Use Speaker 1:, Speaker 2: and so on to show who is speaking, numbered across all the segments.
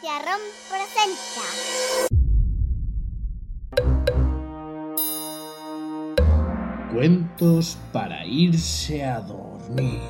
Speaker 1: Villarrón presenta.
Speaker 2: Cuentos para irse a dormir.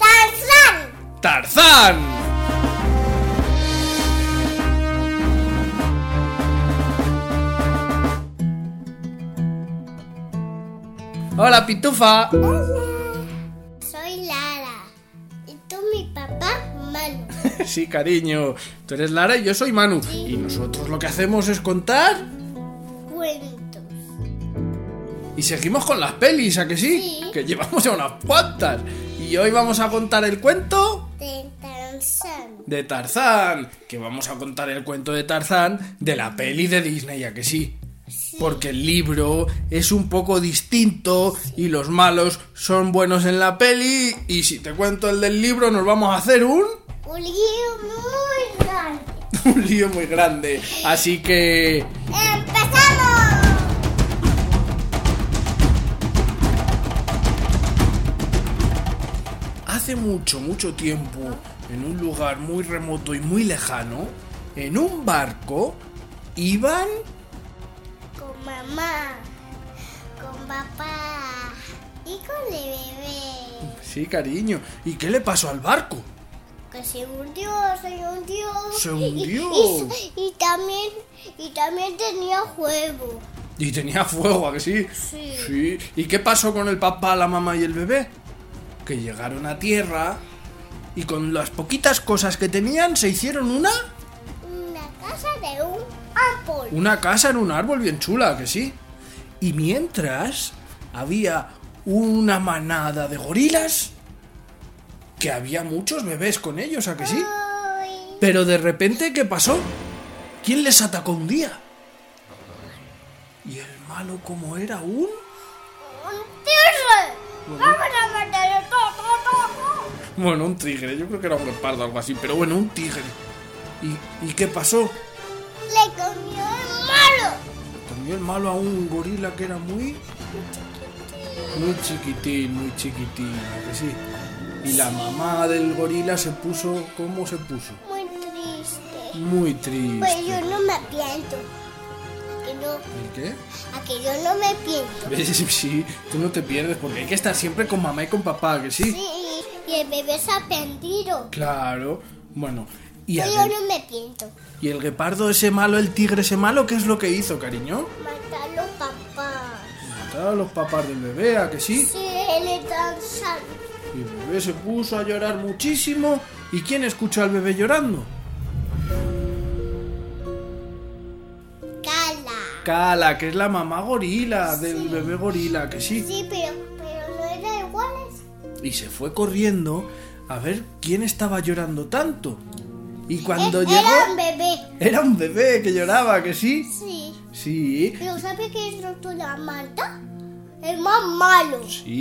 Speaker 1: ¡Tarzán!
Speaker 2: ¡Tarzán! Hola, Pitufa.
Speaker 1: Soy Lara. Y tú, mi papá, Manu.
Speaker 2: Sí, cariño. Tú eres Lara y yo soy Manu. Y nosotros lo que hacemos es contar
Speaker 1: Cuentos.
Speaker 2: y seguimos con las pelis, ¿a que sí?
Speaker 1: Sí.
Speaker 2: Que llevamos ya unas cuantas. Y hoy vamos a contar el cuento
Speaker 1: De Tarzán.
Speaker 2: de Tarzán. Que vamos a contar el cuento de Tarzán de la peli de Disney, ¿a que sí? Porque el libro es un poco distinto y los malos son buenos en la peli. Y si te cuento el del libro, nos vamos a hacer un.
Speaker 1: Un lío muy grande.
Speaker 2: un lío muy grande. Así que.
Speaker 1: ¡Empezamos!
Speaker 2: Hace mucho, mucho tiempo, en un lugar muy remoto y muy lejano, en un barco, iban...
Speaker 1: Con mamá. Con papá. Y con el bebé.
Speaker 2: Sí, cariño. ¿Y qué le pasó al barco?
Speaker 1: Que se hundió, se hundió.
Speaker 2: Se
Speaker 1: Y-
Speaker 2: hundió.
Speaker 1: Y, y también, y también tenía juego.
Speaker 2: Y tenía fuego, ¿a que sí?
Speaker 1: Sí.
Speaker 2: Sí. ¿Y qué pasó con el papá, la mamá y el bebé? Que llegaron a tierra y con las poquitas cosas que tenían se hicieron una...
Speaker 1: Una casa de un árbol.
Speaker 2: Una casa en un árbol bien chula, ¿a que sí. Y mientras había una manada de gorilas, que había muchos bebés con ellos, ¿a que sí?
Speaker 1: Ay,
Speaker 2: Pero de repente, ¿qué pasó? ¿Quién les atacó un día? Y el malo como era un...
Speaker 1: ¡Un tigre! ¡Vamos a matarlo todo, todo,
Speaker 2: Bueno, un tigre, yo creo que era un leopardo o algo así, pero bueno, un tigre. ¿Y, y qué pasó?
Speaker 1: todo! ¡Le comió el malo!
Speaker 2: También el malo a un gorila que era muy... Muy chiquitín, muy chiquitín, ¿a que sí. Y la mamá del gorila se puso, ¿cómo se puso?
Speaker 1: Muy triste.
Speaker 2: Muy
Speaker 1: Pues yo
Speaker 2: triste.
Speaker 1: no me piento. A que no,
Speaker 2: ¿El qué?
Speaker 1: a que yo no me piento.
Speaker 2: ¿Ves? Sí, tú no te pierdes porque hay que estar siempre con mamá y con papá, ¿a que sí.
Speaker 1: Sí, y el bebé se ha pendido.
Speaker 2: Claro. Bueno, y,
Speaker 1: Pero
Speaker 2: el-
Speaker 1: yo no me piento.
Speaker 2: y el guepardo ese malo, el tigre ese malo, ¿qué es lo que hizo, cariño?
Speaker 1: Matarlo, papá.
Speaker 2: Mataron a los papás del bebé, ¿a que sí?
Speaker 1: Sí, él es tan sano.
Speaker 2: Y el bebé se puso a llorar muchísimo. ¿Y quién escuchó al bebé llorando?
Speaker 1: Cala.
Speaker 2: Cala, que es la mamá gorila, del bebé gorila, ¿a que sí.
Speaker 1: Sí, pero, pero no era igual. es-
Speaker 2: y se fue corriendo a ver quién estaba llorando tanto. Y cuando
Speaker 1: es-
Speaker 2: llegó,
Speaker 1: Eh, Era un bebé.
Speaker 2: era un bebé que lloraba, que sí.
Speaker 1: Sí.
Speaker 2: Sí,
Speaker 1: Pero ¿sabe qué es roto la manta? Es más malo.
Speaker 2: sí.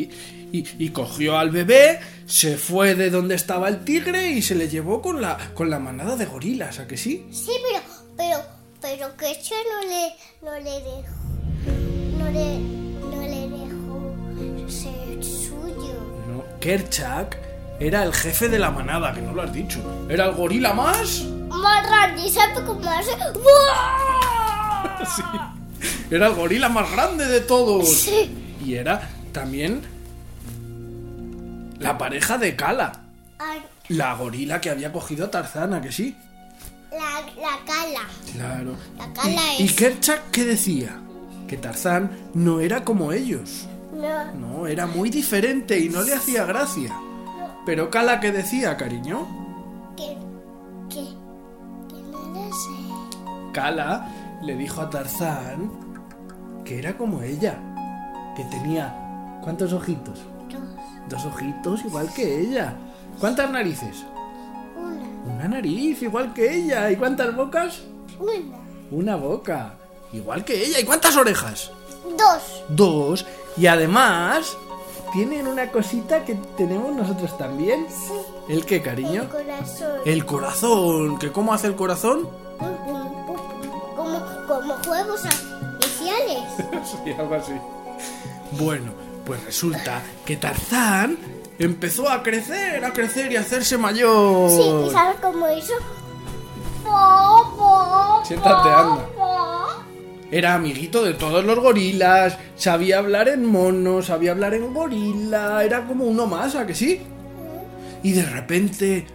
Speaker 2: Y, y cogió al bebé, se fue de donde estaba el tigre y se le llevó con la, con la manada de gorilas, ¿a que sí?
Speaker 1: Sí, pero, pero, pero que yo no le, no le dejo. No le, no le dejo ser suyo.
Speaker 2: No, Kerchak era el jefe de la manada, que no lo has dicho. Era el gorila más.
Speaker 1: Más grande, ¿y ¿sabe cómo hace? ¡Buah!
Speaker 2: Sí. Era el gorila más grande de todos.
Speaker 1: Sí.
Speaker 2: Y era también la pareja de Kala.
Speaker 1: Ay,
Speaker 2: La gorila que había cogido a Tarzana, que sí.
Speaker 1: La, la cala.
Speaker 2: Claro.
Speaker 1: La cala
Speaker 2: ¿Y, y
Speaker 1: es.
Speaker 2: Kerchak qué decía? Que Tarzán no era como ellos.
Speaker 1: No,
Speaker 2: No, era muy diferente y no le hacía gracia. Pero Kala qué decía, cariño?
Speaker 1: que, que, que no le sé.
Speaker 2: Kala le dijo a Tarzán que era como ella. Que tenía... ¿Cuántos ojitos?
Speaker 1: Dos,
Speaker 2: Dos ojitos igual que ella. ¿Cuántas narices?
Speaker 1: una,
Speaker 2: Una nariz igual que ella. ¿Y cuántas bocas?
Speaker 1: una,
Speaker 2: Una boca. Igual que ella. ¿Y cuántas orejas?
Speaker 1: dos.
Speaker 2: Dos. Y además, tienen una cosita que tenemos nosotros también.
Speaker 1: Sí.
Speaker 2: ¿El qué,
Speaker 1: El
Speaker 2: cariño?
Speaker 1: corazón.
Speaker 2: El corazón. ¿Que cómo hace el corazón?
Speaker 1: Como, como juegos especiales.
Speaker 2: Sí, algo así. Bueno, pues resulta que Tarzán empezó a crecer, a crecer y a hacerse mayor.
Speaker 1: Sí, ¿y sabes cómo hizo? Po, po,
Speaker 2: Siéntate,
Speaker 1: po,
Speaker 2: anda.
Speaker 1: po.
Speaker 2: Era amiguito de todos los gorilas, sabía hablar en mono, sabía hablar en gorila, era como uno más, ¿a que sí? Y de repente,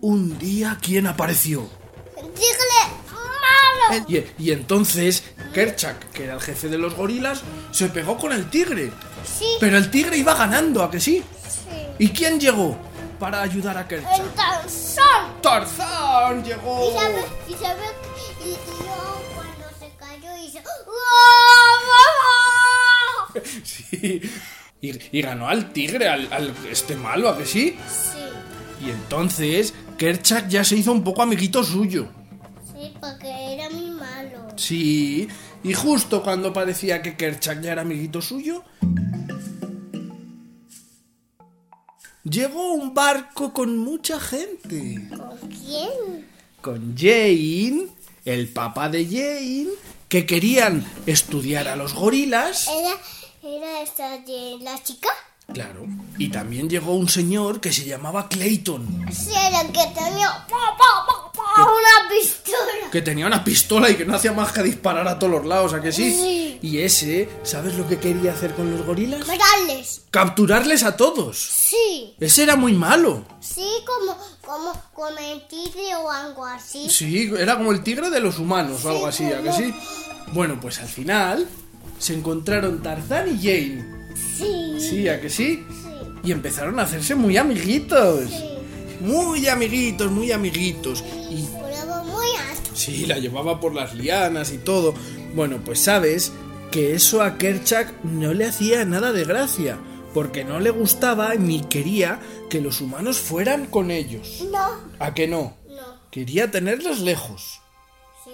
Speaker 2: un día, ¿quién apareció?
Speaker 1: Dígale, malo.
Speaker 2: Y, y entonces, Kerchak, que era el jefe de los gorilas, se pegó con el tigre.
Speaker 1: Sí,
Speaker 2: Pero el tigre iba ganando, ¿a que sí?
Speaker 1: sí.
Speaker 2: ¿Y quién llegó para ayudar a Kerchak?
Speaker 1: En Tarzán.
Speaker 2: ¡Tarzán llegó!
Speaker 1: Y sabes, y sabes, y, y yo cuando se cayó hizo... ¡guau, guau!
Speaker 2: Sí. Y, y ganó al tigre, al, al- este malo, ¿a que sí?
Speaker 1: Sí,
Speaker 2: Y entonces Kerchak ya se hizo un poco amiguito suyo.
Speaker 1: sí, porque era muy malo.
Speaker 2: Sí. Y justo cuando parecía que Kerchak ya era amiguito suyo, llegó un barco con mucha gente.
Speaker 1: ¿Con quién?
Speaker 2: Con Jane, el papá de Jane, que querían estudiar a los gorilas.
Speaker 1: Era, era esta de la chica.
Speaker 2: Claro. Y también llegó un señor que se llamaba Clayton.
Speaker 1: Sí, era el que tenía pa, pa, pa, pa, una pistola.
Speaker 2: que tenía una pistola y que no hacía más que disparar a todos los lados, ¿a que sí?
Speaker 1: Sí.
Speaker 2: Y ese, ¿sabes lo que quería hacer con los gorilas?
Speaker 1: Matarles.
Speaker 2: Capturarles a todos.
Speaker 1: Sí,
Speaker 2: Ese era muy malo.
Speaker 1: sí, como, como, como el tigre o algo así.
Speaker 2: Sí, era como el tigre de los humanos o algo así, ¿a que
Speaker 1: bueno.
Speaker 2: sí? Bueno, pues al final se encontraron Tarzán y Jane.
Speaker 1: Sí, sí,
Speaker 2: Sí, ¿a que sí?
Speaker 1: sí.
Speaker 2: Y empezaron a hacerse muy amiguitos. Muy amiguitos, muy amiguitos. Y
Speaker 1: Y volaba muy alto.
Speaker 2: Sí, la llevaba por las lianas y todo. Bueno, pues sabes que eso a Kerchak no le hacía nada de gracia, porque no le gustaba ni quería que los humanos fueran con ellos.
Speaker 1: No,
Speaker 2: ¿A que no?
Speaker 1: no.
Speaker 2: Quería tenerlos lejos.
Speaker 1: Sí,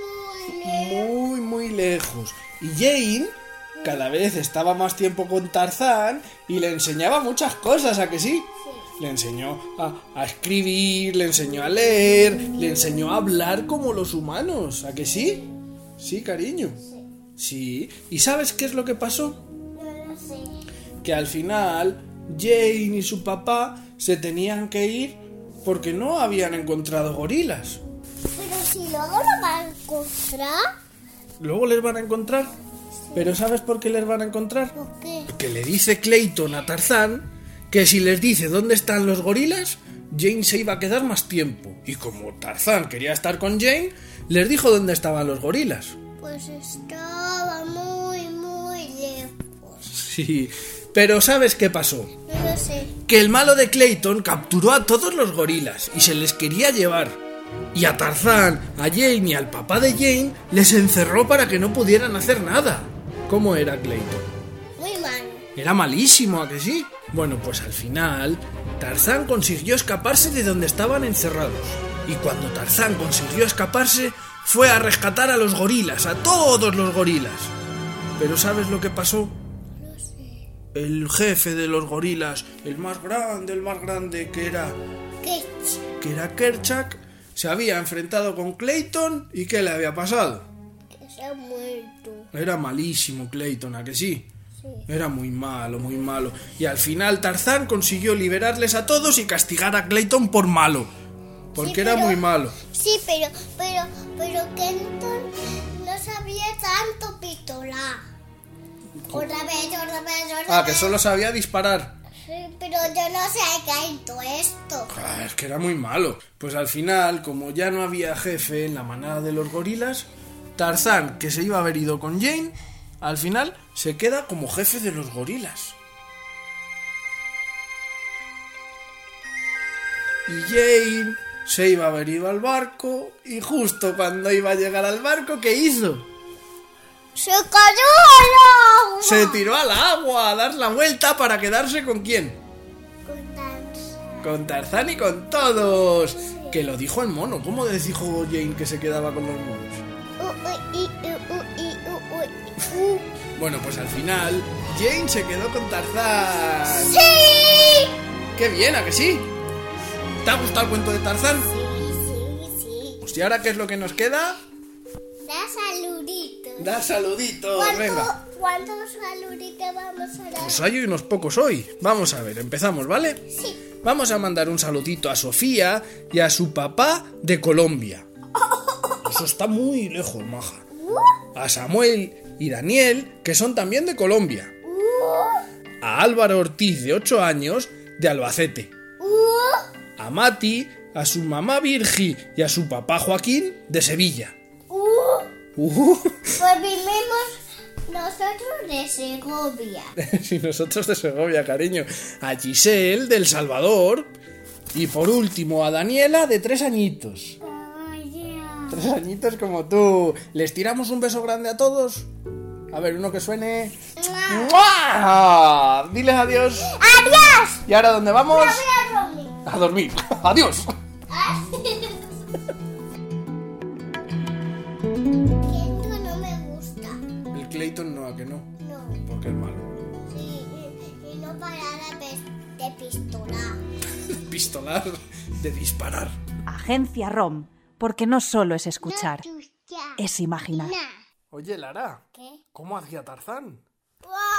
Speaker 1: muy, muy lejos.
Speaker 2: Muy, muy lejos. Y Jane cada vez estaba más tiempo con Tarzán y le enseñaba muchas cosas, ¿a que sí? Le enseñó a, a escribir, le enseñó a leer, le enseñó a hablar como los humanos, ¿a que sí? Sí, cariño. Sí. ¿Y sabes qué es lo que pasó?
Speaker 1: No lo sé.
Speaker 2: que al final Jane y su papá se tenían que ir porque no habían encontrado gorilas.
Speaker 1: Pero si luego lo va a encontrar,
Speaker 2: Luego les van a encontrar. Pero ¿sabes por qué les van a encontrar?
Speaker 1: ¿por qué?
Speaker 2: Porque le dice Clayton a Tarzán que si les dice dónde están los gorilas, Jane se iba a quedar más tiempo. Y como Tarzán quería estar con Jane, les dijo dónde estaban los gorilas.
Speaker 1: Pues estaba muy, muy lejos.
Speaker 2: Sí. Pero ¿sabes qué pasó?
Speaker 1: No lo sé.
Speaker 2: que el malo de Clayton capturó a todos los gorilas y se les quería llevar. Y a Tarzán, a Jane y al papá de Jane les encerró para que no pudieran hacer nada. ¿Cómo era Clayton?
Speaker 1: Muy mal.
Speaker 2: Era malísimo, ¿a que sí? Bueno, pues al final, Tarzán consiguió escaparse de donde estaban encerrados. Y cuando Tarzán consiguió escaparse, fue a rescatar a los gorilas, a todos los gorilas. Pero ¿sabes lo que pasó?
Speaker 1: No sé.
Speaker 2: el jefe de los gorilas, el más grande, el más grande que era,
Speaker 1: ¿Qué? ch-
Speaker 2: que era Kerchak, se había enfrentado con Clayton y ¿qué le había pasado?
Speaker 1: Que se ha muerto.
Speaker 2: Era malísimo Clayton, ¿a que sí?
Speaker 1: Sí.
Speaker 2: Era muy malo, muy malo. Y al final Tarzán consiguió liberarles a todos y castigar a Clayton por malo. Porque
Speaker 1: Sí,
Speaker 2: era
Speaker 1: pero-
Speaker 2: muy malo.
Speaker 1: Sí, pero, pero, pero Kenton no sabía tanto pistolar. Otra vez, otra vez, otra vez.
Speaker 2: Ah, que solo sabía disparar.
Speaker 1: Sí, pero yo no sé qué hizo esto.
Speaker 2: Ah, es que era muy malo. Pues al final, como ya no había jefe en la manada de los gorilas, Tarzán, que se iba a haber ido con Jane, al final se queda como jefe de los gorilas. Y Jane se iba a haber ido al barco y justo cuando iba a llegar al barco, ¿qué hizo?
Speaker 1: ¡Se cayó al agua!
Speaker 2: Se tiró al agua a dar la vuelta para quedarse con quién.
Speaker 1: Con danza.
Speaker 2: Con Tarzán y con todos. Que lo dijo el mono. ¿Cómo les dijo Jane que se quedaba con los monos?
Speaker 1: U, u, i, u, u, i, u, u, i, u.
Speaker 2: Bueno, pues al final, Jane se quedó con Tarzán.
Speaker 1: ¡Sí!
Speaker 2: ¡Qué bien, a que sí! ¿Te ha gustado el cuento de Tarzán?
Speaker 1: Sí, sí, sí.
Speaker 2: Pues y ahora, ¿qué es lo que nos queda?
Speaker 1: Da saluditos.
Speaker 2: Da saluditos,
Speaker 1: ¿Cuánto
Speaker 2: venga.
Speaker 1: ¿Cuántos saluditos vamos a dar?
Speaker 2: Pues hay unos pocos hoy. Vamos a ver, empezamos, ¿vale?
Speaker 1: Sí.
Speaker 2: Vamos a mandar un saludito a Sofía y a su papá de Colombia. Eso está muy lejos, maja.
Speaker 1: Uh.
Speaker 2: A Samuel y Daniel, que son también de Colombia. A Álvaro Ortiz, de 8 años, de Albacete.
Speaker 1: Uh,
Speaker 2: A Mati, a su mamá Virgi y a su papá Joaquín, de Sevilla.
Speaker 1: uh.
Speaker 2: Uh,
Speaker 1: Pues vivimos nosotros de Segovia.
Speaker 2: si nosotros de Segovia, cariño. A Giselle, del Salvador. Y por último, a Daniela, de 3 añitos. Tres añitos como tú. ¿Les tiramos un beso grande a todos? A ver, uno que suene. ¡Mua! Diles adiós.
Speaker 1: ¡Adiós!
Speaker 2: ¿Y ahora dónde vamos?
Speaker 1: ¡Adiós,
Speaker 2: A dormir. Adiós.
Speaker 1: Esto no me gusta.
Speaker 2: El Clayton no, a que no.
Speaker 1: No.
Speaker 2: Porque es malo.
Speaker 1: Sí, y, y no parar de, pis- de pistola.
Speaker 2: Pistolar de disparar.
Speaker 3: Agencia ROM, porque no solo es escuchar,
Speaker 1: No, tú ya.
Speaker 3: es imaginar.
Speaker 1: Nah.
Speaker 2: Oye, Lara,
Speaker 1: ¿Qué?
Speaker 2: ¿cómo hacía Tarzán?
Speaker 1: ¡Guau! Oh,